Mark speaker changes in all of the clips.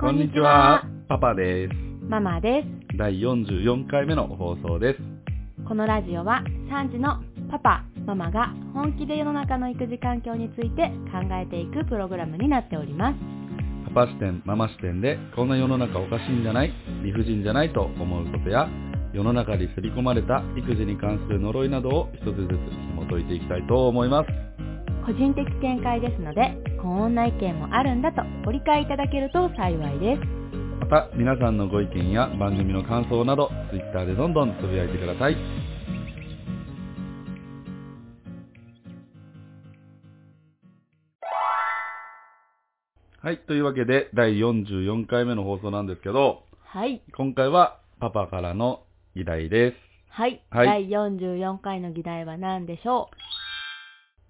Speaker 1: こんにちは。
Speaker 2: パパです。
Speaker 1: ママです。
Speaker 2: 第44回目の放送です。
Speaker 1: このラジオは3時のパパ、ママが本気で世の中の育児環境について考えていくプログラムになっております。
Speaker 2: パパ視点、ママ視点で、こんな世の中おかしいんじゃない理不尽じゃないと思うことや、世の中に刷り込まれた育児に関する呪いなどを一つずつ紐解いていきたいと思います。
Speaker 1: 個人的見解ですので、こんな意見もあるんだとご理解いただけると幸いです。
Speaker 2: また、皆さんのご意見や番組の感想など、Twitter でどんどんつぶやいてください。はい、というわけで、第44回目の放送なんですけど、
Speaker 1: はい。
Speaker 2: 今回はパパからの依頼です。
Speaker 1: はい。
Speaker 2: はい
Speaker 1: 第44回の議題は何でしょ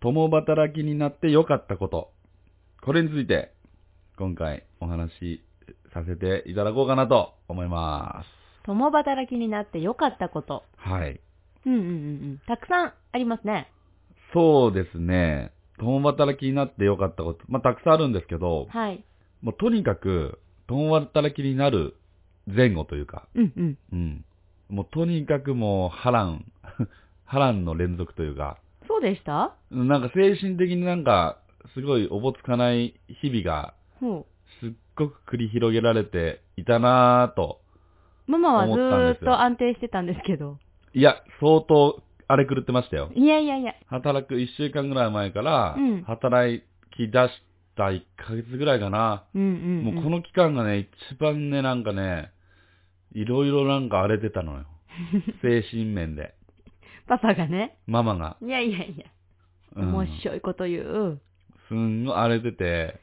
Speaker 2: 共働きになって良かったこと。これについて、今回お話しさせていただこうかなと思います。
Speaker 1: う共働きになって良かったこと。
Speaker 2: はい。
Speaker 1: うんうんうんうん。たくさんありますね。
Speaker 2: そうですね。共働きになって良かったこと。まあ、たくさんあるんですけど、
Speaker 1: はい。
Speaker 2: もうとにかく、共働きになる前後というか、
Speaker 1: うんうん。
Speaker 2: うん。もうとにかくもう波乱、 波乱の連続というか、
Speaker 1: そうでした
Speaker 2: なんか精神的になんか、すごいおぼつかない日々が、
Speaker 1: ほ
Speaker 2: すっごく繰り広げられていたなぁと。
Speaker 1: う。ママはず
Speaker 2: 思ったん
Speaker 1: ー
Speaker 2: で
Speaker 1: っ
Speaker 2: すよ
Speaker 1: と安定してたんですけど。
Speaker 2: いや、相当、あれ狂ってましたよ。
Speaker 1: いやいやいや。
Speaker 2: 働く1週間ぐらい前から
Speaker 1: うん、
Speaker 2: 働き出した1ヶ月ぐらいかな。
Speaker 1: うんうん、うん。
Speaker 2: もうこの期間がね、一番ね、なんかね、いろいろなんか荒れてた のよ。精神面で。
Speaker 1: パパがね。
Speaker 2: ママが。
Speaker 1: いやいやいや。
Speaker 2: うん
Speaker 1: 面白いこと言う。
Speaker 2: すんごい荒れてて。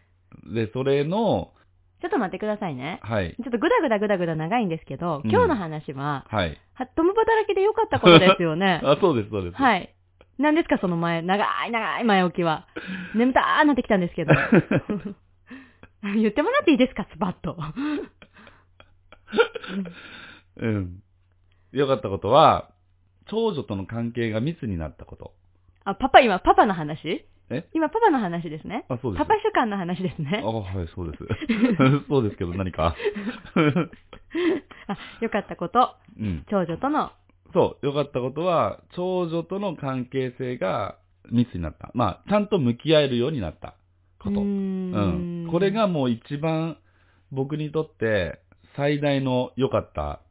Speaker 2: で、それの、
Speaker 1: ちょっと待ってくださいね。
Speaker 2: はい。
Speaker 1: ちょっとぐだぐだぐだぐだ長いんですけど、
Speaker 2: うん
Speaker 1: 今日の話は、
Speaker 2: はい。
Speaker 1: は共働きで良かったことですよ ね。
Speaker 2: あ、そうです、そうです。
Speaker 1: はい。何ですか、その前、長い長い前置きは。眠たーなってきたんですけど。 言ってもらっていいですか、スパッと。
Speaker 2: うん。良かったことは、長女との関係が密になったこと。
Speaker 1: あ、パパ、今、パパの話
Speaker 2: え
Speaker 1: 今、パパの話ですね。
Speaker 2: あ、そうです。
Speaker 1: パパ主観の話ですね
Speaker 2: あ、。はい、そうです。 そうですけど、何か。
Speaker 1: あ、良かったこと。
Speaker 2: うん。
Speaker 1: 長女との。
Speaker 2: そう、良かったことは、長女との関係性が密になった。まあ、ちゃんと向き合えるようになったこと。
Speaker 1: うー
Speaker 2: うん。これ、がもう一番僕にとって最大の良かった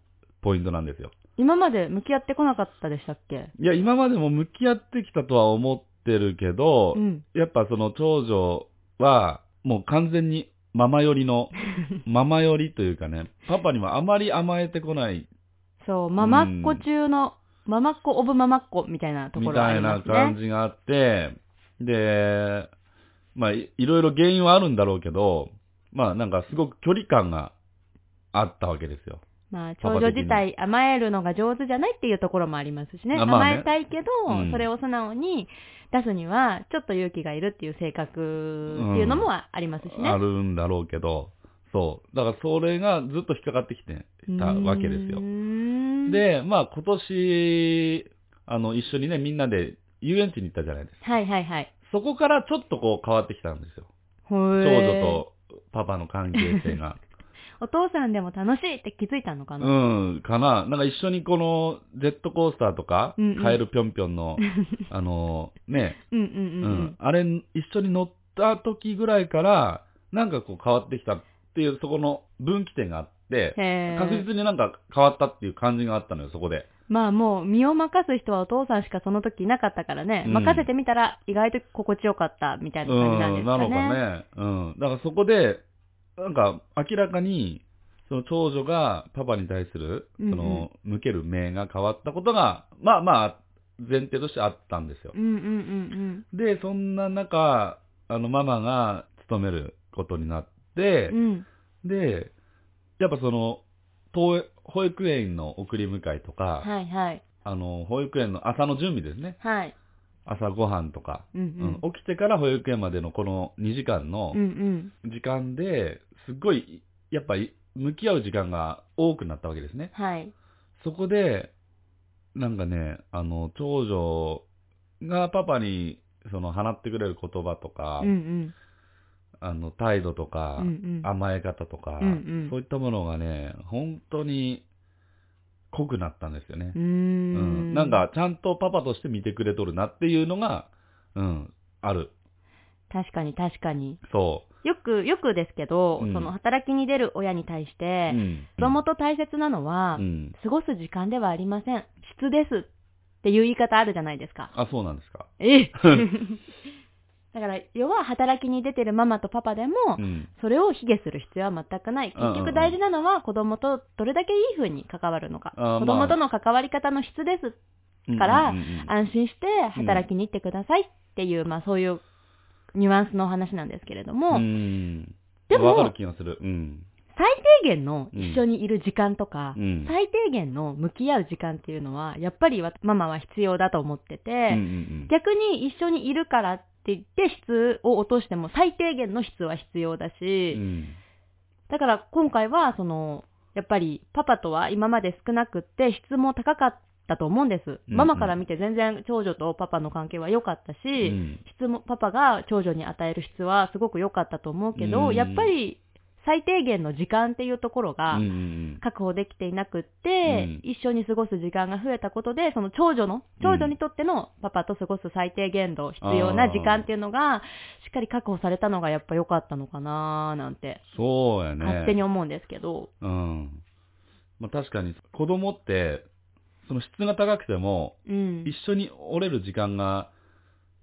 Speaker 2: ポイントなんですよ。
Speaker 1: 今まで向き合ってこなかったでしたっけ
Speaker 2: いや、今までも向き合ってきたとは思ってるけど、
Speaker 1: うん。
Speaker 2: やっぱその長女は、もう完全にママ寄り の、ママ寄りというかね、パパにはあまり甘えてこない
Speaker 1: そう、ママっ子中の、ママっ子オブママっ子みたいなとこ
Speaker 2: み
Speaker 1: ろがあ
Speaker 2: た
Speaker 1: り
Speaker 2: い
Speaker 1: ま
Speaker 2: な
Speaker 1: すね
Speaker 2: 感。じがあって、で、まあいいろいろ原因はあるんだろうけど、まあなんかすごく距離感があったわけですよ。
Speaker 1: まあ、長女自体甘えるのが上手じゃないっていうところもありますしね。
Speaker 2: あまあね
Speaker 1: 甘えたいけど、
Speaker 2: うん
Speaker 1: それを素直に出すには、ちょっと勇気がいるっていう性格っていうのもありますしね。
Speaker 2: あるんだろうけど、そう。だからそれがずっと引っかかってきてたわけですよ
Speaker 1: うー。ん、
Speaker 2: で、まあ今年、あの一緒にね、みんなで遊園地に行ったじゃないですか
Speaker 1: はいはいはい。
Speaker 2: そこからちょっとこう変わってきたんですよ。長
Speaker 1: 長
Speaker 2: 女。とパパの関係性 が。
Speaker 1: お父さんでも楽しいって気づいたのかな、
Speaker 2: うん、かな。なんか一緒にこのジェットコースターとか、
Speaker 1: うんうん
Speaker 2: カエルぴょんぴょん の、あの、ね、
Speaker 1: うん、うん
Speaker 2: う
Speaker 1: うんうん
Speaker 2: ん、あれ一緒に乗った時ぐらいから、なんかこう変わってきたっていう、そこの分岐点があって、
Speaker 1: へー
Speaker 2: 確実になんか変わったっていう感じがあったのよ、そこで。
Speaker 1: まあもう身を任す人はお父さんしかその時いなかったからね、
Speaker 2: うん
Speaker 1: 任せてみたら意外と心地よかったみたいな感じなんですか
Speaker 2: う
Speaker 1: ね。
Speaker 2: ん、なのかね。うん。だからそこで、なんか明らかに、その長女がパパに対する、その、向ける目が変わったことが、まあまあ、前提としてあったんですよ。
Speaker 1: うんうんうん
Speaker 2: で、そんな中、あの、ママが勤めることになって
Speaker 1: うん。う、ん。
Speaker 2: で、やっぱその、登保育園の送り迎えとか、
Speaker 1: はいはい。
Speaker 2: あの、保育園の朝の準備ですね。
Speaker 1: はい。
Speaker 2: 朝ごはんとか、
Speaker 1: うんうん。
Speaker 2: うん起きてから保育園までのこの2時間の、
Speaker 1: うんうん。
Speaker 2: 時間ですっごいやっぱり向き合う時間が多くなったわけですね。
Speaker 1: はい。
Speaker 2: そこでなんかねあの長女がパパにその放ってくれる言葉とか、
Speaker 1: うんうん。
Speaker 2: あの、態度とか、
Speaker 1: うんうん
Speaker 2: 甘え方とか、
Speaker 1: うんうん
Speaker 2: そういったものがね、本当に濃くなったんですよね
Speaker 1: う。ー
Speaker 2: うんんなんか、ちゃんとパパとして見てくれとるなっていうのが、うん、ある。
Speaker 1: 確かに確かに
Speaker 2: そ
Speaker 1: よくよくですけど、
Speaker 2: うん
Speaker 1: その働きに出る親に対し
Speaker 2: う。
Speaker 1: て、
Speaker 2: うん
Speaker 1: 子供と大切なのは、
Speaker 2: うん。
Speaker 1: 過ごす時間ではありません質ですっていう言い方あるじゃないですか
Speaker 2: あ、そうなんですか。
Speaker 1: ええだから要は働きに出てるママとパパでも、
Speaker 2: うん。
Speaker 1: それを卑下する必要は全くない。
Speaker 2: うんうん
Speaker 1: 結局大事なのは子供とどれだけいい風に関わるのか。
Speaker 2: あー
Speaker 1: 子供との関わり方の質です。から
Speaker 2: うんうんうんうん
Speaker 1: 安心して働きに行ってくださいっていう、まあそういうニュアンスのお話なんですけれども、
Speaker 2: うん。
Speaker 1: でも
Speaker 2: わかる気がする。うん。
Speaker 1: 最低限の一緒にいる時間とか、
Speaker 2: うん
Speaker 1: 最低限の向き合う時間っていうのは、やっぱりわママは必要だと思ってて、
Speaker 2: うんうん
Speaker 1: 逆に一緒にいるからって言って質を落としても最低限の質は必要だし、
Speaker 2: うんうん
Speaker 1: だから今回は、その、やっぱりパパとは今まで少なくって質も高かったと思うんです。
Speaker 2: うん
Speaker 1: ママから見て全然長女とパパの関係は良かったし、
Speaker 2: うん
Speaker 1: 質も、パパが長女に与える質はすごく良かったと思うけど、
Speaker 2: うん
Speaker 1: やっぱり最低限の時間っていうところが
Speaker 2: うんうん
Speaker 1: 確保できていなくって、
Speaker 2: うん
Speaker 1: 一緒に過ごす時間が増えたことで、その長女の、長女にとってのパパと過ごす最低限度必要な時間っていうのが、しっかり確保されたのがやっぱ良かったのかなーなんて。
Speaker 2: そうやね。
Speaker 1: 勝手に思うんですけど、
Speaker 2: うん。まあ確かに、子供って、その質が高くても、
Speaker 1: うん
Speaker 2: 一緒に折れる時間が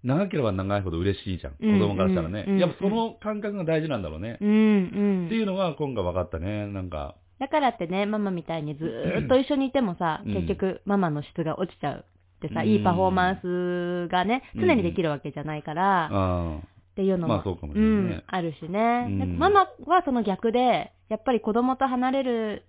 Speaker 2: 長ければ長いほど嬉しいじゃん。子
Speaker 1: うん
Speaker 2: 供からしたら
Speaker 1: うん
Speaker 2: ね。やっぱその感覚が大事なんだろうね
Speaker 1: う。んう
Speaker 2: ってい
Speaker 1: ん、
Speaker 2: うのが今回分かったね。なんか、
Speaker 1: だからってねママみたいにずーっと一緒にいてもさ、
Speaker 2: うん
Speaker 1: 結局ママの質が落ちちゃうってさ、
Speaker 2: うん
Speaker 1: いいパフォーマンスがね常にできるわけじゃないから、っ
Speaker 2: あ
Speaker 1: ていうのも,、
Speaker 2: まあそうかもしれないね
Speaker 1: んあるしね、
Speaker 2: うん
Speaker 1: でママはその逆でやっぱり子供と離れる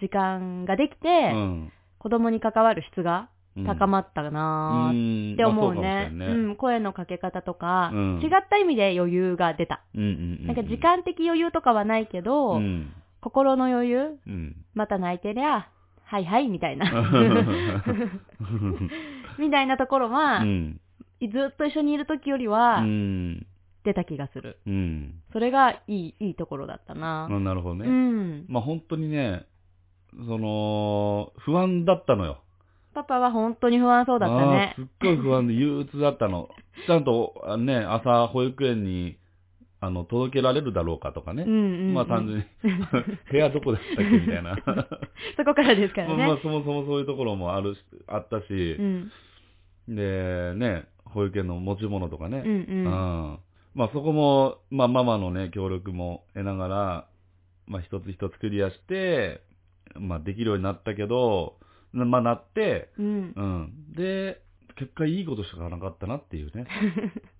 Speaker 1: 時間ができて、
Speaker 2: あ。うん。
Speaker 1: 子供に関わる質が高
Speaker 2: っ
Speaker 1: まったなーって思う
Speaker 2: うん
Speaker 1: ね,、う
Speaker 2: まあそう
Speaker 1: ん
Speaker 2: かもしれんね
Speaker 1: 声のかけ方とか、
Speaker 2: うん
Speaker 1: 違った意味で余裕が出た
Speaker 2: うんうんう
Speaker 1: なんか時間的余裕とかはないけど、
Speaker 2: うん
Speaker 1: 心の余裕、
Speaker 2: うん。
Speaker 1: また泣いてりゃ、はいはい、みた い な。
Speaker 2: う
Speaker 1: みたいなところは、
Speaker 2: ん。
Speaker 1: ずっと一緒にいる時よりは
Speaker 2: う、ん。
Speaker 1: 出た気がする。
Speaker 2: うん。
Speaker 1: それがいい、いいところだったな。
Speaker 2: あなるほど
Speaker 1: う
Speaker 2: ね。
Speaker 1: ん。
Speaker 2: まあ本当にね、その、不安だったのよ。
Speaker 1: パパは本当に不安そうだったね
Speaker 2: あー。すっごい不安で憂鬱だったの。ちゃんとあね、朝保育園にあの届けられるだろうかとか
Speaker 1: うん
Speaker 2: ね。
Speaker 1: うん、うん。
Speaker 2: まあ単 純に、部屋どこだったっけみたいな。
Speaker 1: そこからですからね。
Speaker 2: まあそもそもそういうところもあるしあった
Speaker 1: う
Speaker 2: し、
Speaker 1: ん。
Speaker 2: で、ね、保育園の持ち物とかね。
Speaker 1: うんうん。
Speaker 2: うんまあそこも、まあママのね、協力も得ながら、まあ一つ一つクリアして、まあできるようになったけど、なまあなって、
Speaker 1: うん。
Speaker 2: うん。で、結果いいことしかなかったなって いうね。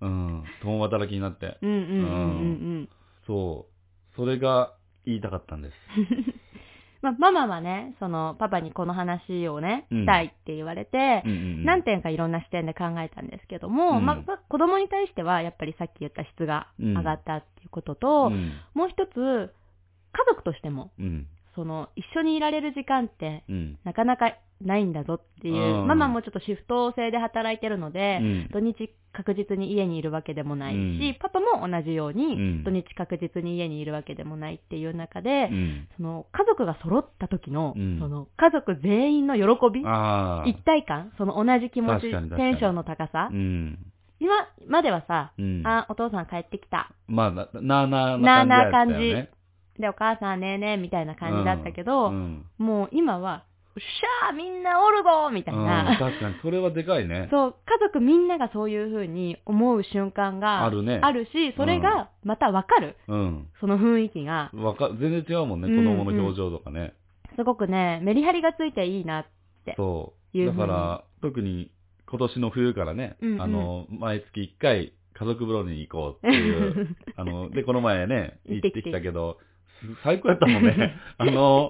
Speaker 2: うん。共働きになって。
Speaker 1: うんうんうんうんうん。
Speaker 2: そう。それが言いたかったんです。
Speaker 1: まあ、ママはね、その、パパにこの話をね、
Speaker 2: うん
Speaker 1: したいって言われて、
Speaker 2: うんうんうん
Speaker 1: 何点かいろんな視点で考えたんですけど
Speaker 2: う
Speaker 1: も、
Speaker 2: ん
Speaker 1: まあまあ子供に対してはやっぱりさっき言った質が
Speaker 2: うん
Speaker 1: 上がったっていうこと
Speaker 2: う
Speaker 1: と、
Speaker 2: ん。
Speaker 1: もう一つ、家族としても、
Speaker 2: うん。
Speaker 1: その、一緒にいられる時間って、
Speaker 2: うん。
Speaker 1: なかなかないんだぞっていう、
Speaker 2: うん
Speaker 1: ママもちょっとシフト制で働いてるので、土日確実に家にいるわけでもないし、
Speaker 2: うん
Speaker 1: パパも同じよう
Speaker 2: う
Speaker 1: に、
Speaker 2: ん
Speaker 1: 土日確実に家にいるわけでもないっていう中で、
Speaker 2: うん。
Speaker 1: その家族が揃った時の、
Speaker 2: うん
Speaker 1: その家族全員の喜び、
Speaker 2: ああ。
Speaker 1: 一体感、その同じ気持
Speaker 2: 確
Speaker 1: ち、テ
Speaker 2: かに確かに
Speaker 1: ンションの高さ、
Speaker 2: うん。
Speaker 1: 今まではさ、
Speaker 2: うん。
Speaker 1: あ、お父さん帰ってきた。
Speaker 2: まあ、な、なあなあ
Speaker 1: なあなあ
Speaker 2: な
Speaker 1: 感
Speaker 2: 感
Speaker 1: じ
Speaker 2: じだったよね。
Speaker 1: で、お母さんねえねえみたいな感じだったけど、
Speaker 2: うん。
Speaker 1: もう今は、うっしゃーみんなおるぞみたい
Speaker 2: うん
Speaker 1: な。
Speaker 2: 確かに、それはでかいね。
Speaker 1: そう、家族みんながそういう風に思う瞬間が
Speaker 2: あるね
Speaker 1: あるし、それがまたわかる。
Speaker 2: うん。
Speaker 1: その雰囲気が。
Speaker 2: わか、全然違うもんね、
Speaker 1: うん
Speaker 2: 子供の表情とかね。
Speaker 1: すごくね、メリハリがついていいな。うん
Speaker 2: そう。
Speaker 1: いうふう
Speaker 2: だ
Speaker 1: に
Speaker 2: から、特に今年の冬からね、
Speaker 1: うんうん
Speaker 2: あの、毎月1回家族風呂に行こうって いう、あの、で、この前ね、
Speaker 1: 行っ
Speaker 2: 行
Speaker 1: て
Speaker 2: っ
Speaker 1: きて
Speaker 2: てきたけど、す最高やったもんね。 あの、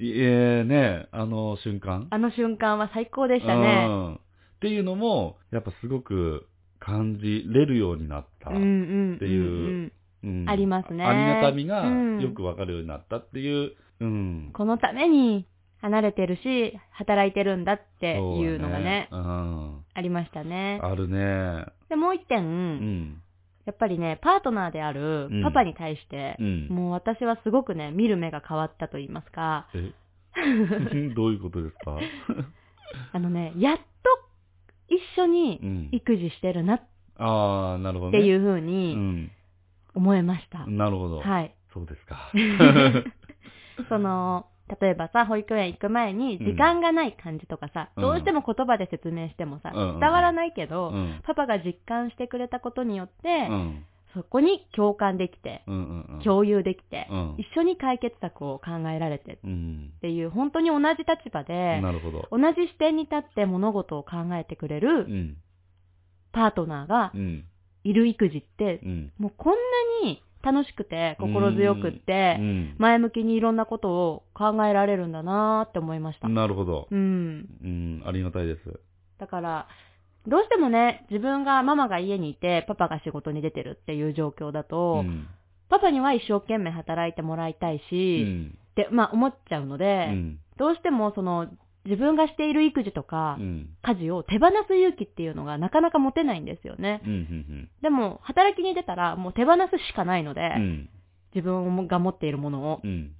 Speaker 2: いえーね、あの瞬間。
Speaker 1: あの瞬間は最高でしたね。
Speaker 2: うん。っていうのも、やっぱすごく感じれるようになった。
Speaker 1: うんうん。
Speaker 2: っていう
Speaker 1: う。
Speaker 2: うん
Speaker 1: ありますね
Speaker 2: ありがたみが
Speaker 1: うん
Speaker 2: よくわかるようになったっていう、うん。
Speaker 1: このために離れてるし、働いてるんだっていうのがね、
Speaker 2: そうだうん。
Speaker 1: ありましたね。
Speaker 2: あるね。
Speaker 1: で、もう一点、
Speaker 2: うん。
Speaker 1: やっぱりね、パートナーである
Speaker 2: うん
Speaker 1: パパに対して、
Speaker 2: うん
Speaker 1: もう私はすごくね、見る目が変わったと言いますか、
Speaker 2: え どういうことですか
Speaker 1: あのね、やっと一緒
Speaker 2: う
Speaker 1: に
Speaker 2: ん。
Speaker 1: 育児してるなっ
Speaker 2: ああ、なるほど
Speaker 1: て
Speaker 2: ね。。
Speaker 1: いううふう
Speaker 2: う
Speaker 1: に
Speaker 2: ん。
Speaker 1: 思いました。
Speaker 2: なるほど。
Speaker 1: はい。
Speaker 2: そうです か。
Speaker 1: その、例えばさ、保育園行く前に
Speaker 2: うん
Speaker 1: 時間がない感じとかさ、
Speaker 2: うん
Speaker 1: どうしても言葉で説明してもさ、
Speaker 2: うんうんうん
Speaker 1: 伝わらないけど、
Speaker 2: うん。
Speaker 1: パパが実感してくれたことによって、
Speaker 2: うん。
Speaker 1: そこに共感できて、
Speaker 2: うんうんうん。
Speaker 1: 共有できて、
Speaker 2: うん
Speaker 1: 一緒に解決策を考えられてっ
Speaker 2: うん。
Speaker 1: ていう、本当に同じ立場で、
Speaker 2: なるほど。
Speaker 1: 同じ視点に立って物事を考えてくれ
Speaker 2: う
Speaker 1: る
Speaker 2: ん。
Speaker 1: パートナーが
Speaker 2: うん。
Speaker 1: いる育児って
Speaker 2: う、ん。
Speaker 1: もうこんなに楽しくて、心強くっ
Speaker 2: う
Speaker 1: て、
Speaker 2: ん。
Speaker 1: 前向きにいろんなことを考えられるんだなーって思いました。
Speaker 2: なるほど。
Speaker 1: うん。
Speaker 2: うん。ありがたいです。
Speaker 1: だから、どうしてもね、自分がママが家にいて、パパが仕事に出てるっていう状況だ
Speaker 2: う
Speaker 1: と、
Speaker 2: ん。
Speaker 1: パパには一生懸命働いてもらいたいうし、
Speaker 2: ん。
Speaker 1: って、まあ思っちゃうの
Speaker 2: う
Speaker 1: で、
Speaker 2: ん。
Speaker 1: どうしてもその、自分がしている育児とか
Speaker 2: う、ん。
Speaker 1: 家事を手放す勇気っていうのがなかなか持てないんですよね。
Speaker 2: うん。うん。
Speaker 1: でも、働きに出たらもう手放すしかないので、
Speaker 2: うん。
Speaker 1: 自分が持っているものを。
Speaker 2: うん。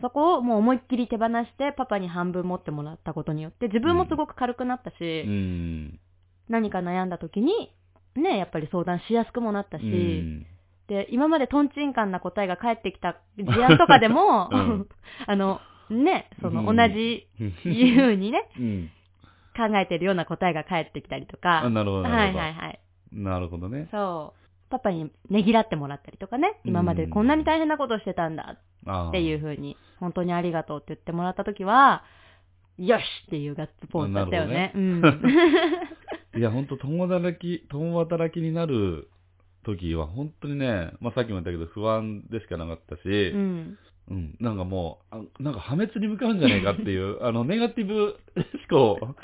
Speaker 1: そこをもう思いっきり手放して、パパに半分持ってもらったことによって、自分もすごく軽くなったし、
Speaker 2: うん。
Speaker 1: 何か悩んだ時に、ね、やっぱり相談しやすくもなったし、
Speaker 2: うん。
Speaker 1: で、今までトンチンカンな答えが返ってきた事案とかでも、
Speaker 2: うん
Speaker 1: あの、ね、その
Speaker 2: う
Speaker 1: 同
Speaker 2: ん
Speaker 1: じいうふうにね、
Speaker 2: うん。
Speaker 1: 考えてるような答えが返ってきたりと
Speaker 2: あ、
Speaker 1: か、
Speaker 2: なるほど。
Speaker 1: は
Speaker 2: ないるほ
Speaker 1: はい
Speaker 2: ど。
Speaker 1: はい。
Speaker 2: なるほどね。
Speaker 1: そう。パパにねぎらってもらったりとかね、今までこんなに大変なことしてたんだ
Speaker 2: ああ。
Speaker 1: っていうふうに、本当にありがとうって言ってもらったときは、よしっていうガッツポーズだったよね。
Speaker 2: いや、ほんと、共働き、共働きになる時は、本当にね、まあ、さっきも言ったけど、不安でしかなかったし、
Speaker 1: うん。うん。
Speaker 2: うん、なんかもう、あなんか破滅に向かうんじゃねえかっていう、あの、ネガティブ思考、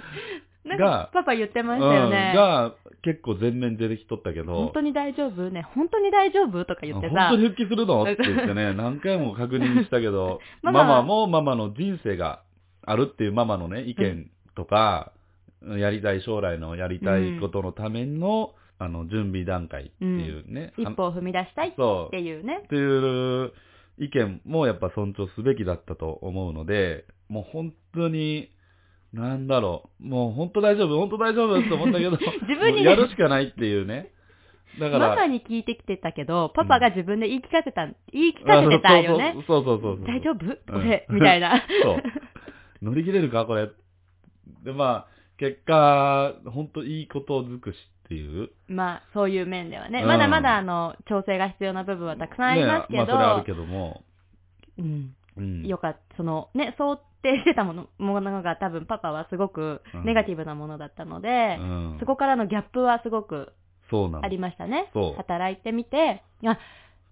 Speaker 1: なん か
Speaker 2: が、
Speaker 1: パパ言ってま
Speaker 2: うん、
Speaker 1: したよね。
Speaker 2: が、結構全面出てきとったけど、
Speaker 1: 本当に大丈夫ね、本当に大丈夫とか言って
Speaker 2: あ
Speaker 1: さ、
Speaker 2: 本当、に復帰するのって言ってね、何回も確認したけど
Speaker 1: マ
Speaker 2: マ
Speaker 1: マ
Speaker 2: マもママの人生があるっていうママのね、意見とか、やりたい将来のやりたいことのための、あの、準備段階っていうね。
Speaker 1: 一歩を踏み出したいっ
Speaker 2: そう。
Speaker 1: ていうね
Speaker 2: っ。ていう意見もやっぱ尊重すべきだったと思うので、もう本当に、なんだろう、もう本当大丈夫、本当大丈夫って思ったけど、
Speaker 1: 自分
Speaker 2: も
Speaker 1: にね
Speaker 2: うやるしかないっていうね。だから、
Speaker 1: ママに聞いてきてたけど、パパが自分で言い聞かせた、言い聞かせてたよね。
Speaker 2: あ。そうそうそうそうそうそう。
Speaker 1: 大丈夫
Speaker 2: うん
Speaker 1: 俺、みた いな。
Speaker 2: そう。乗り切れるかこれ。で、まあ、結果、本当いいこと尽くしっていう。
Speaker 1: まあ、そういう面ではね。
Speaker 2: うん
Speaker 1: まだまだ、あの、調整が必要な部分はたくさんありますけ
Speaker 2: ねまあ、それはあ
Speaker 1: ど
Speaker 2: る、けども。
Speaker 1: うん。
Speaker 2: うん。
Speaker 1: よかった。その、ね、想定してたもの、ものが多分パパはすごく
Speaker 2: うん
Speaker 1: ネガティブなものだったので
Speaker 2: う、ん、
Speaker 1: そこからのギャップはすごく
Speaker 2: そうなの。
Speaker 1: ありましたね。
Speaker 2: そう。
Speaker 1: 働いてみて、あ、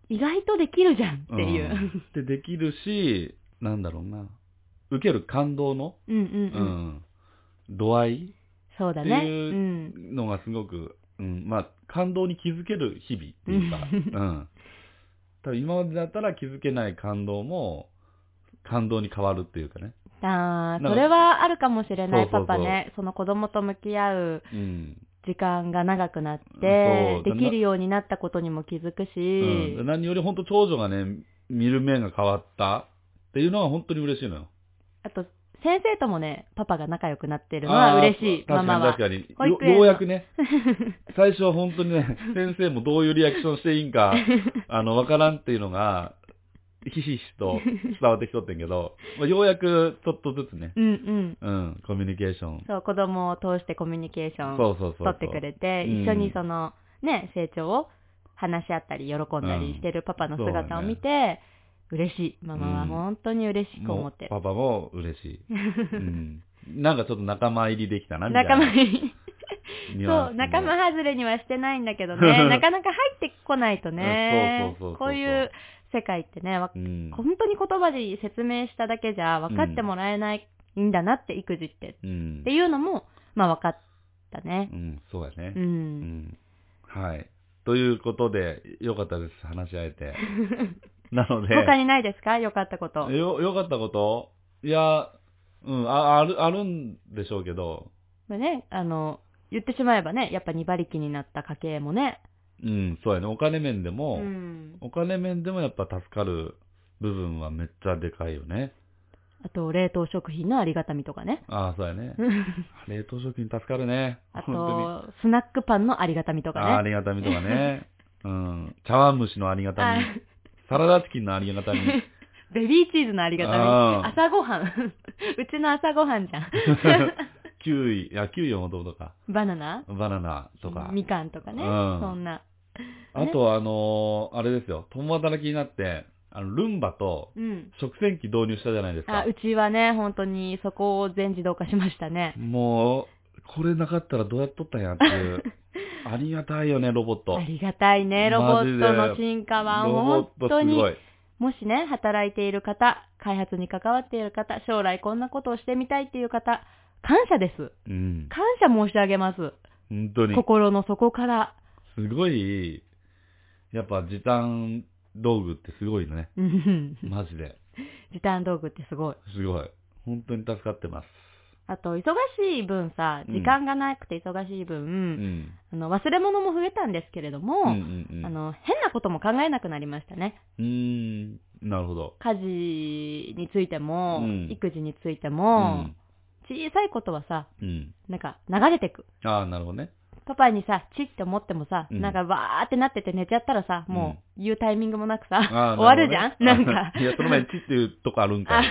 Speaker 1: 意外とできるじゃんっていう。
Speaker 2: うんで、できるし、なんだろうな。受ける感動の、
Speaker 1: うんうん
Speaker 2: う
Speaker 1: うんうん。
Speaker 2: ん、度合い
Speaker 1: そうだ
Speaker 2: っ
Speaker 1: ね。
Speaker 2: て
Speaker 1: う。
Speaker 2: いうんのがすごく、うん、まあ、感動に気づける日々っていうか、 うん。多分今までだったら気づけない感動も、感動に変わるっていうかね。
Speaker 1: あ
Speaker 2: ん
Speaker 1: ー
Speaker 2: か
Speaker 1: それはあるかもしれない、
Speaker 2: そうそうそ
Speaker 1: パ
Speaker 2: う
Speaker 1: パね。その子供と向き合う
Speaker 2: うん。
Speaker 1: 時間が長くなっ
Speaker 2: そ
Speaker 1: て
Speaker 2: う、
Speaker 1: できるようになったことにも気づくし、
Speaker 2: うん、何より本当長女がね、見る目が変わったっていうのは本当に嬉しいのよ。
Speaker 1: あと、先生ともね、パパが仲良くなってるのは嬉しい、
Speaker 2: あー
Speaker 1: マ
Speaker 2: 確か
Speaker 1: マ
Speaker 2: に
Speaker 1: は
Speaker 2: 確。かに。よ
Speaker 1: 保育園の
Speaker 2: ようやく ね、最初は本当にね、先生もどういうリアクションしていいん か、あの、わからんっていうのが、ひしひしと伝わってきとってんけど、まあ、ようやくちょっとずつね、
Speaker 1: うんうん。
Speaker 2: うん、コミュニケーション。
Speaker 1: そう、子供を通してコミュニケーション
Speaker 2: そ
Speaker 1: を
Speaker 2: うそうそうそう。
Speaker 1: 取ってくれて、
Speaker 2: うん
Speaker 1: 一緒にその、ね、成長を話し合ったり、喜んだりしてるパパの姿を見て、嬉しい。ママは
Speaker 2: うん
Speaker 1: 本当に嬉しく思ってる。
Speaker 2: もうパパも嬉し い。うん。なんかちょっと仲間入りできたな、みたい
Speaker 1: 仲
Speaker 2: な。
Speaker 1: 間入り。
Speaker 2: ニュアンス
Speaker 1: そう、
Speaker 2: も
Speaker 1: 仲間外れにはしてないんだけどね、なかなか入ってこないとね
Speaker 2: うんそうそうそうそう、
Speaker 1: こういう世界ってね、わ
Speaker 2: うん。
Speaker 1: 本当に言葉で説明しただけじゃ分かってもらえないんだなって、育児って。
Speaker 2: うん
Speaker 1: っていうのも、まあ分かったね
Speaker 2: う。ん、そうやね。
Speaker 1: う。
Speaker 2: うんんはい。ということで、よかったです、話し合え て。なので、
Speaker 1: 他にないですか良かったこと。
Speaker 2: よ、よかったこといや、うん、あ、ある、あるんでしょうけど、
Speaker 1: まあね、あの、言ってしまえばね、やっぱ2馬力になった家計もね、
Speaker 2: うん、そうやね。お金面でも、
Speaker 1: うん、
Speaker 2: お金面でもやっぱ助かる部分はめっちゃでかいよね。
Speaker 1: あと冷凍食品のありがたみとか ね
Speaker 2: ああ、そうやね。冷凍食品助かるね。
Speaker 1: あ
Speaker 2: 本当に。
Speaker 1: とスナックパンのありがたみと
Speaker 2: ああ
Speaker 1: か
Speaker 2: あ
Speaker 1: ね
Speaker 2: りがたみとか ね。うん。茶碗蒸しのありがたみ。サラダチキンのありが たみ。
Speaker 1: ベビーチーズのありがたみ
Speaker 2: あー
Speaker 1: 朝ごはん うちの朝ごはんじゃ ん
Speaker 2: キウイ、いや、キウイはもともとか。
Speaker 1: バナナ
Speaker 2: バナナとか。
Speaker 1: みかんとかね、
Speaker 2: うん
Speaker 1: そんな
Speaker 2: あと、あのーあれですよ。共働きになって、あの、ルンバと
Speaker 1: うん
Speaker 2: 食洗機導入したじゃないです
Speaker 1: あ
Speaker 2: か
Speaker 1: う。ちはね本当にそこを全自動化しましたね
Speaker 2: もう、これなかったらどうやっとったんやっていう。 ありがたいよね、ロボット
Speaker 1: あ。りがたいねロボットの進化は
Speaker 2: ロボ
Speaker 1: 本
Speaker 2: ット
Speaker 1: 当
Speaker 2: す
Speaker 1: に
Speaker 2: ごい。
Speaker 1: もしね、働いている方、開発に関わっている方、将来こんなことをしてみたいっていう方、感謝です。
Speaker 2: うん。
Speaker 1: 感謝申し上げます。
Speaker 2: 本当に。
Speaker 1: 心の底から。
Speaker 2: すごい、やっぱ時短道具ってすごいね。
Speaker 1: うん
Speaker 2: マジで。
Speaker 1: 時短道具ってすごい。
Speaker 2: すごい。本当に助かってます。
Speaker 1: あと、忙しい分さ、
Speaker 2: うん
Speaker 1: 時間がなくて忙しい分、
Speaker 2: うん。
Speaker 1: あの忘れ物も増えたんですけれど
Speaker 2: うんう
Speaker 1: も、
Speaker 2: んうん。
Speaker 1: あの、変なことも考えなくなりましたね。
Speaker 2: うーん。なるほど。
Speaker 1: 家事についても、
Speaker 2: うん
Speaker 1: 育児について
Speaker 2: う
Speaker 1: も、。小さいことはさ、
Speaker 2: うん。
Speaker 1: なんか流れてく。
Speaker 2: ああ、なるほどね。
Speaker 1: パパにさ、チって思ってもさ、
Speaker 2: うん
Speaker 1: なんかわーってなってて寝ちゃったらさ、もう言うタイミングもなくさ、
Speaker 2: あー
Speaker 1: 終わるじゃん
Speaker 2: な
Speaker 1: な
Speaker 2: る
Speaker 1: ん
Speaker 2: ほどね。
Speaker 1: か
Speaker 2: いや、その前 にチっていうとこあるんか
Speaker 1: あ
Speaker 2: い。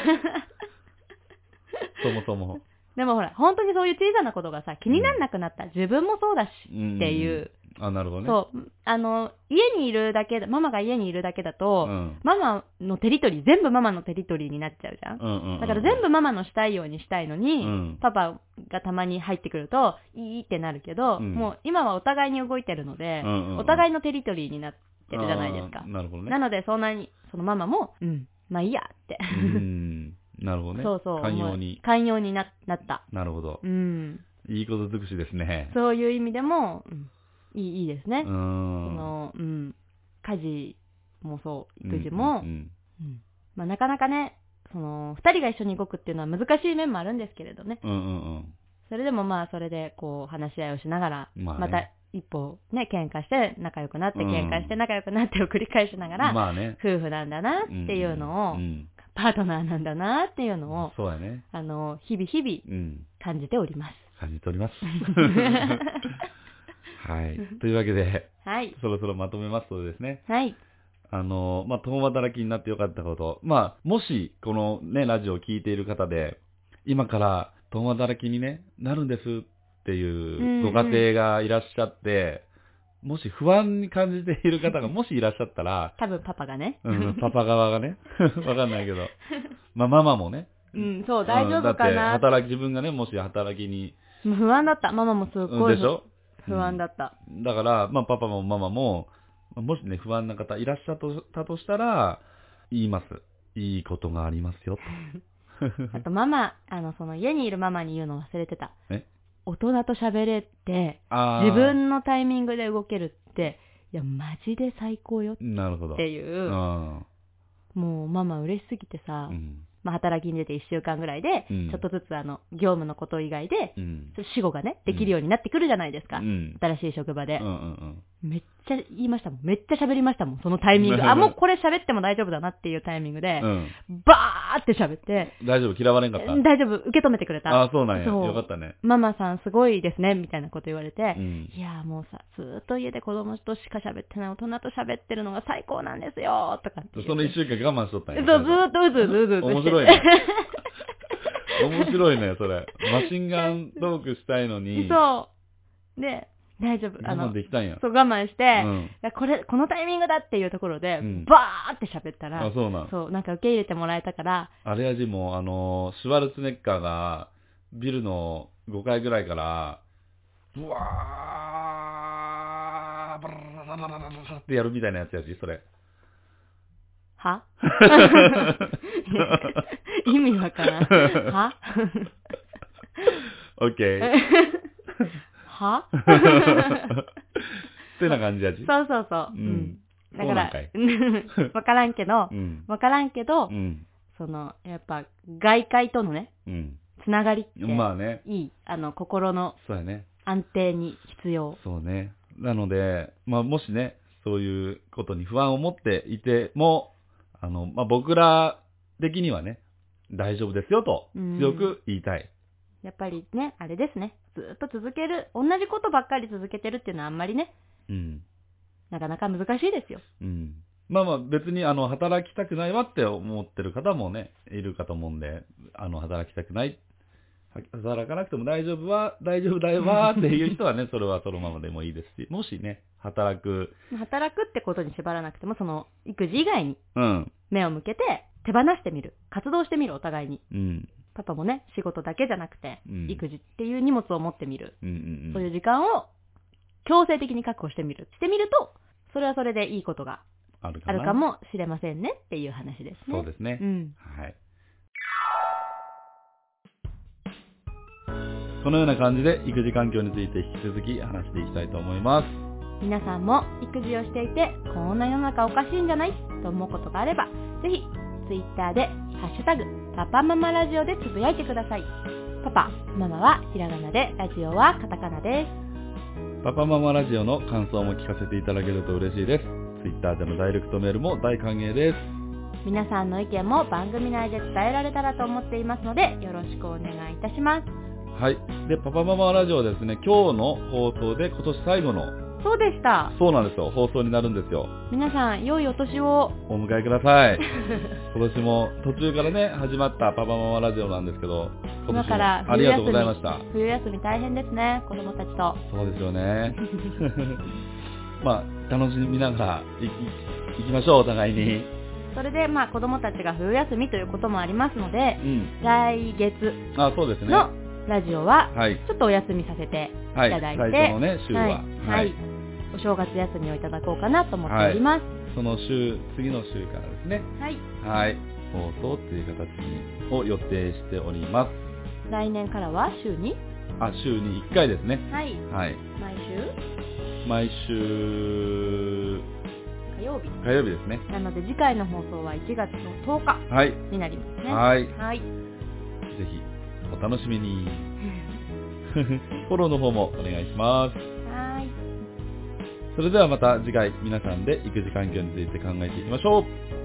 Speaker 2: そもそも。
Speaker 1: でもほら、本当にそういう小さなことがさ、気になんなくなった。自分もそうだし、
Speaker 2: っ
Speaker 1: っていう。
Speaker 2: あ、なるほどね。
Speaker 1: そう、あの、家にいるだけだ、ママが家にいるだけだと、
Speaker 2: うん。
Speaker 1: ママのテリトリー、全部ママのテリトリーになっちゃうじゃん。
Speaker 2: うんうんうん。
Speaker 1: だから全部ママのしたいようにしたいのに、
Speaker 2: うん
Speaker 1: パパがたまに入ってくると、いいってなるけど、
Speaker 2: うん
Speaker 1: もう今はお互いに動いてるので、
Speaker 2: うんうんうん
Speaker 1: お互いのテリトリーになってるじゃないですか
Speaker 2: あー。なるほどね
Speaker 1: な。ので、そんなに、そのママも、うん、まあいいやって。
Speaker 2: うん。なるほどね。
Speaker 1: そうそう。
Speaker 2: 寛容
Speaker 1: もう
Speaker 2: に。
Speaker 1: 寛容にななった。
Speaker 2: なるほど。
Speaker 1: うん。
Speaker 2: いいこと尽くしですね。
Speaker 1: そういう意味でも、うんいいいいですね。
Speaker 2: う
Speaker 1: そ
Speaker 2: ん。
Speaker 1: の、うん。家事もそう、育児
Speaker 2: うん
Speaker 1: も、
Speaker 2: うん
Speaker 1: うんまあなかなかね、その、二人が一緒に動くっていうのは難しい面もあるんですけれどね。
Speaker 2: うん。うんうんうん。
Speaker 1: それでもまあ、それで、こう、話し合いをしながら、
Speaker 2: まあね
Speaker 1: また一歩、ね、喧嘩して仲良くなって、
Speaker 2: うん
Speaker 1: 喧嘩して仲良くなってを繰り返しながら、
Speaker 2: まあね。
Speaker 1: 夫婦なんだなっていうのを、
Speaker 2: うんうん
Speaker 1: パートナーなんだなっていうのを、
Speaker 2: そうやね。
Speaker 1: あの、日々日々
Speaker 2: うん。
Speaker 1: 感じております。
Speaker 2: 感じており ます。はい。というわけで、
Speaker 1: はい。
Speaker 2: そろそろまとめますとですね、
Speaker 1: はい。
Speaker 2: あの、まあ、共働きになってよかったこと、まあ、もし、このね、ラジオを聞いている方で、今から共働きに、ね、なるんですって
Speaker 1: ん、
Speaker 2: いううんご家庭がいらっしゃって、もし不安に感じている方がもしいらっしゃったら
Speaker 1: 多分パパがね。
Speaker 2: うん、パパ側がね、 わかんないけど、まあ、ママも ね、
Speaker 1: うん、そう、大丈夫か
Speaker 2: うんだ
Speaker 1: な
Speaker 2: って、。働き、自分がね、もし働きに、
Speaker 1: もう不安だった。ママもすっ
Speaker 2: うん
Speaker 1: ごい
Speaker 2: でしょ
Speaker 1: 不安だった。
Speaker 2: だから、まあ、パパもママも、まあもしね、不安な方いらっしゃったとしたら、言います。いいことがありますよ。
Speaker 1: あとママ、あの、その家にいるママに言うの忘れてた
Speaker 2: え。
Speaker 1: 大人と喋れて、
Speaker 2: あー
Speaker 1: 自分のタイミングで動けるって、いや、マジで最高よっ
Speaker 2: なるほど。
Speaker 1: て
Speaker 2: う
Speaker 1: いう、
Speaker 2: ん。
Speaker 1: もうママ嬉しすぎてさ、
Speaker 2: うん。
Speaker 1: まあ働きに出て1週間ぐらいで、
Speaker 2: うん
Speaker 1: ちょっとずつあの、業務のこと以外で、
Speaker 2: うん。
Speaker 1: 死後がね、できるようになってくるじゃないですか。
Speaker 2: うん。
Speaker 1: 新しい職場で
Speaker 2: うんう。ん
Speaker 1: めっちゃ言いましたもん。めっちゃ喋りましたもん。そのタイミング。あ、もうこれ喋っても大丈夫だなっていうタイミングで
Speaker 2: う、ん。
Speaker 1: バーって喋って、
Speaker 2: うん。大丈夫嫌われんかっ
Speaker 1: うん大丈夫、受け止めてくれ
Speaker 2: たあ
Speaker 1: た。
Speaker 2: あ、そうなんや。
Speaker 1: そう
Speaker 2: よかったね。
Speaker 1: ママさんすごいですね、みたいなこと言われて
Speaker 2: う、ん。
Speaker 1: いやーもうさ、ずーっと家で子供としか喋ってない大人と喋ってるのが最高なんですよーとかって言って。
Speaker 2: その一週間我慢しとったん
Speaker 1: そ
Speaker 2: や。
Speaker 1: う、ずーっとうずうずうずうず
Speaker 2: 面
Speaker 1: して
Speaker 2: 白い
Speaker 1: て。
Speaker 2: ね。面白いね、それ。マシンガントークしたいのに、
Speaker 1: そう。で、大丈夫。あ
Speaker 2: 我慢
Speaker 1: の、
Speaker 2: できたんや。
Speaker 1: そう我慢して、
Speaker 2: うん。
Speaker 1: いやこれ、このタイミングだっていうところで、
Speaker 2: うん
Speaker 1: バーって喋ったら
Speaker 2: あ、、そうなん。
Speaker 1: そう、なんか受け入れてもらえたから、
Speaker 2: あれやじもう、あのー、シュワルツェネッカーが、ビルの5階ぐらいから、ブワー、ブラララララララってやるみたいなやつやし、それ。
Speaker 1: は意味わからん。は
Speaker 2: オッケー。
Speaker 1: は
Speaker 2: ってな感じやじ。
Speaker 1: そうそうそう。
Speaker 2: う
Speaker 1: うんん。だ
Speaker 2: そう
Speaker 1: か
Speaker 2: なん
Speaker 1: ら
Speaker 2: かい、
Speaker 1: わからんけど
Speaker 2: う、ん。
Speaker 1: わからんけど
Speaker 2: う、ん。
Speaker 1: その、やっぱ、外界とのね、
Speaker 2: うん。
Speaker 1: つながりって、
Speaker 2: まあね。
Speaker 1: いい、あの、心の
Speaker 2: そうやね。
Speaker 1: 安定に必要。
Speaker 2: そうね。なので、まあ、もしね、そういうことに不安を持っていても、あの、まあ、僕ら的にはね、大丈夫ですよと
Speaker 1: うん
Speaker 2: 強く言いたい。
Speaker 1: やっぱりね、あれですね。ずっと続ける、同じことばっかり続けてるっていうのはあんまりね、
Speaker 2: うん。
Speaker 1: なかなか難しいですよ。
Speaker 2: うん。まあまあ別にあの働きたくないわって思ってる方もね、いるかと思うんで、あの働きたくない、は働かなくても大丈夫は、大丈夫だよわーっていう人は ね、それはそのままでもいいですし、もしね、働く、
Speaker 1: 働くってことに縛らなくても、その、育児以外に
Speaker 2: うん、
Speaker 1: 目を向けて、手放してみる。活動してみる、お互いに。
Speaker 2: うん、
Speaker 1: パパもね、仕事だけじゃなくて、
Speaker 2: うん
Speaker 1: 育児っていう荷物を持ってみる。
Speaker 2: うん、うん。
Speaker 1: そういう時間を強制的に確保してみる。してみると、それはそれでいいことが
Speaker 2: あるか
Speaker 1: あ
Speaker 2: な
Speaker 1: るかもしれませんねっていう話ですね。
Speaker 2: そうですね。
Speaker 1: うん。
Speaker 2: はい。このような感じで育児環境について引き続き話していきたいと思います。
Speaker 1: 皆さんも育児をしていて、こんな世の中おかしいんじゃないと思うことがあれば、ぜひ、ツイッターで、ハッシュタグ、パパママラジオでつぶやいてください。パパ、ママはひらがなで、ラジオはカタカナです。
Speaker 2: パパママラジオの感想も聞かせていただけると嬉しいです。Twitter でのダイレクトメールも大歓迎です。
Speaker 1: 皆さんの意見も番組内で伝えられたらと思っていますので、よろしくお願いいたします。
Speaker 2: はい。で、パパママラジオはですね、今日の放送で今年最後の、
Speaker 1: そうでした。
Speaker 2: そうなんですよ、放送になるんですよ。
Speaker 1: 皆さん、良いお年を。
Speaker 2: お迎えくだ さい。今年も途中からね、始まったパパママラジオなんですけど、今
Speaker 1: 今
Speaker 2: 年
Speaker 1: から
Speaker 2: もあり
Speaker 1: 冬
Speaker 2: がと
Speaker 1: 休
Speaker 2: う
Speaker 1: み
Speaker 2: ございました。
Speaker 1: 冬休み大変ですね、子供たちと。
Speaker 2: そうですよね。 まあ、楽しみながらいいいきましょう、お互いに。
Speaker 1: それで、まあ、子供たちが冬休みということもありますので、
Speaker 2: うん。
Speaker 1: 来月
Speaker 2: あ、そうですね。
Speaker 1: の
Speaker 2: は。
Speaker 1: ラジオはいちょっとお休みさせて、
Speaker 2: はい。
Speaker 1: いただい
Speaker 2: 最
Speaker 1: て
Speaker 2: 初のね、週は。
Speaker 1: はいはいお正月休みをいただこうかなと思っております。
Speaker 2: その週、次の週からですね。
Speaker 1: はい、
Speaker 2: はい。放送という形にを予定しております。
Speaker 1: 来年からは週に、
Speaker 2: あ、週に1回ですね。
Speaker 1: はい、
Speaker 2: はい。
Speaker 1: 毎週
Speaker 2: 毎週、
Speaker 1: 火曜日。
Speaker 2: 火曜日ですね。
Speaker 1: なので次回の放送は1月の10日
Speaker 2: はい。
Speaker 1: になりますね。
Speaker 2: はい。ぜ
Speaker 1: はい。
Speaker 2: ひ、お楽しみ に。フォローの方もお願いします。
Speaker 1: はい。
Speaker 2: それではまた次回皆さんで育児環境について考えていきましょう。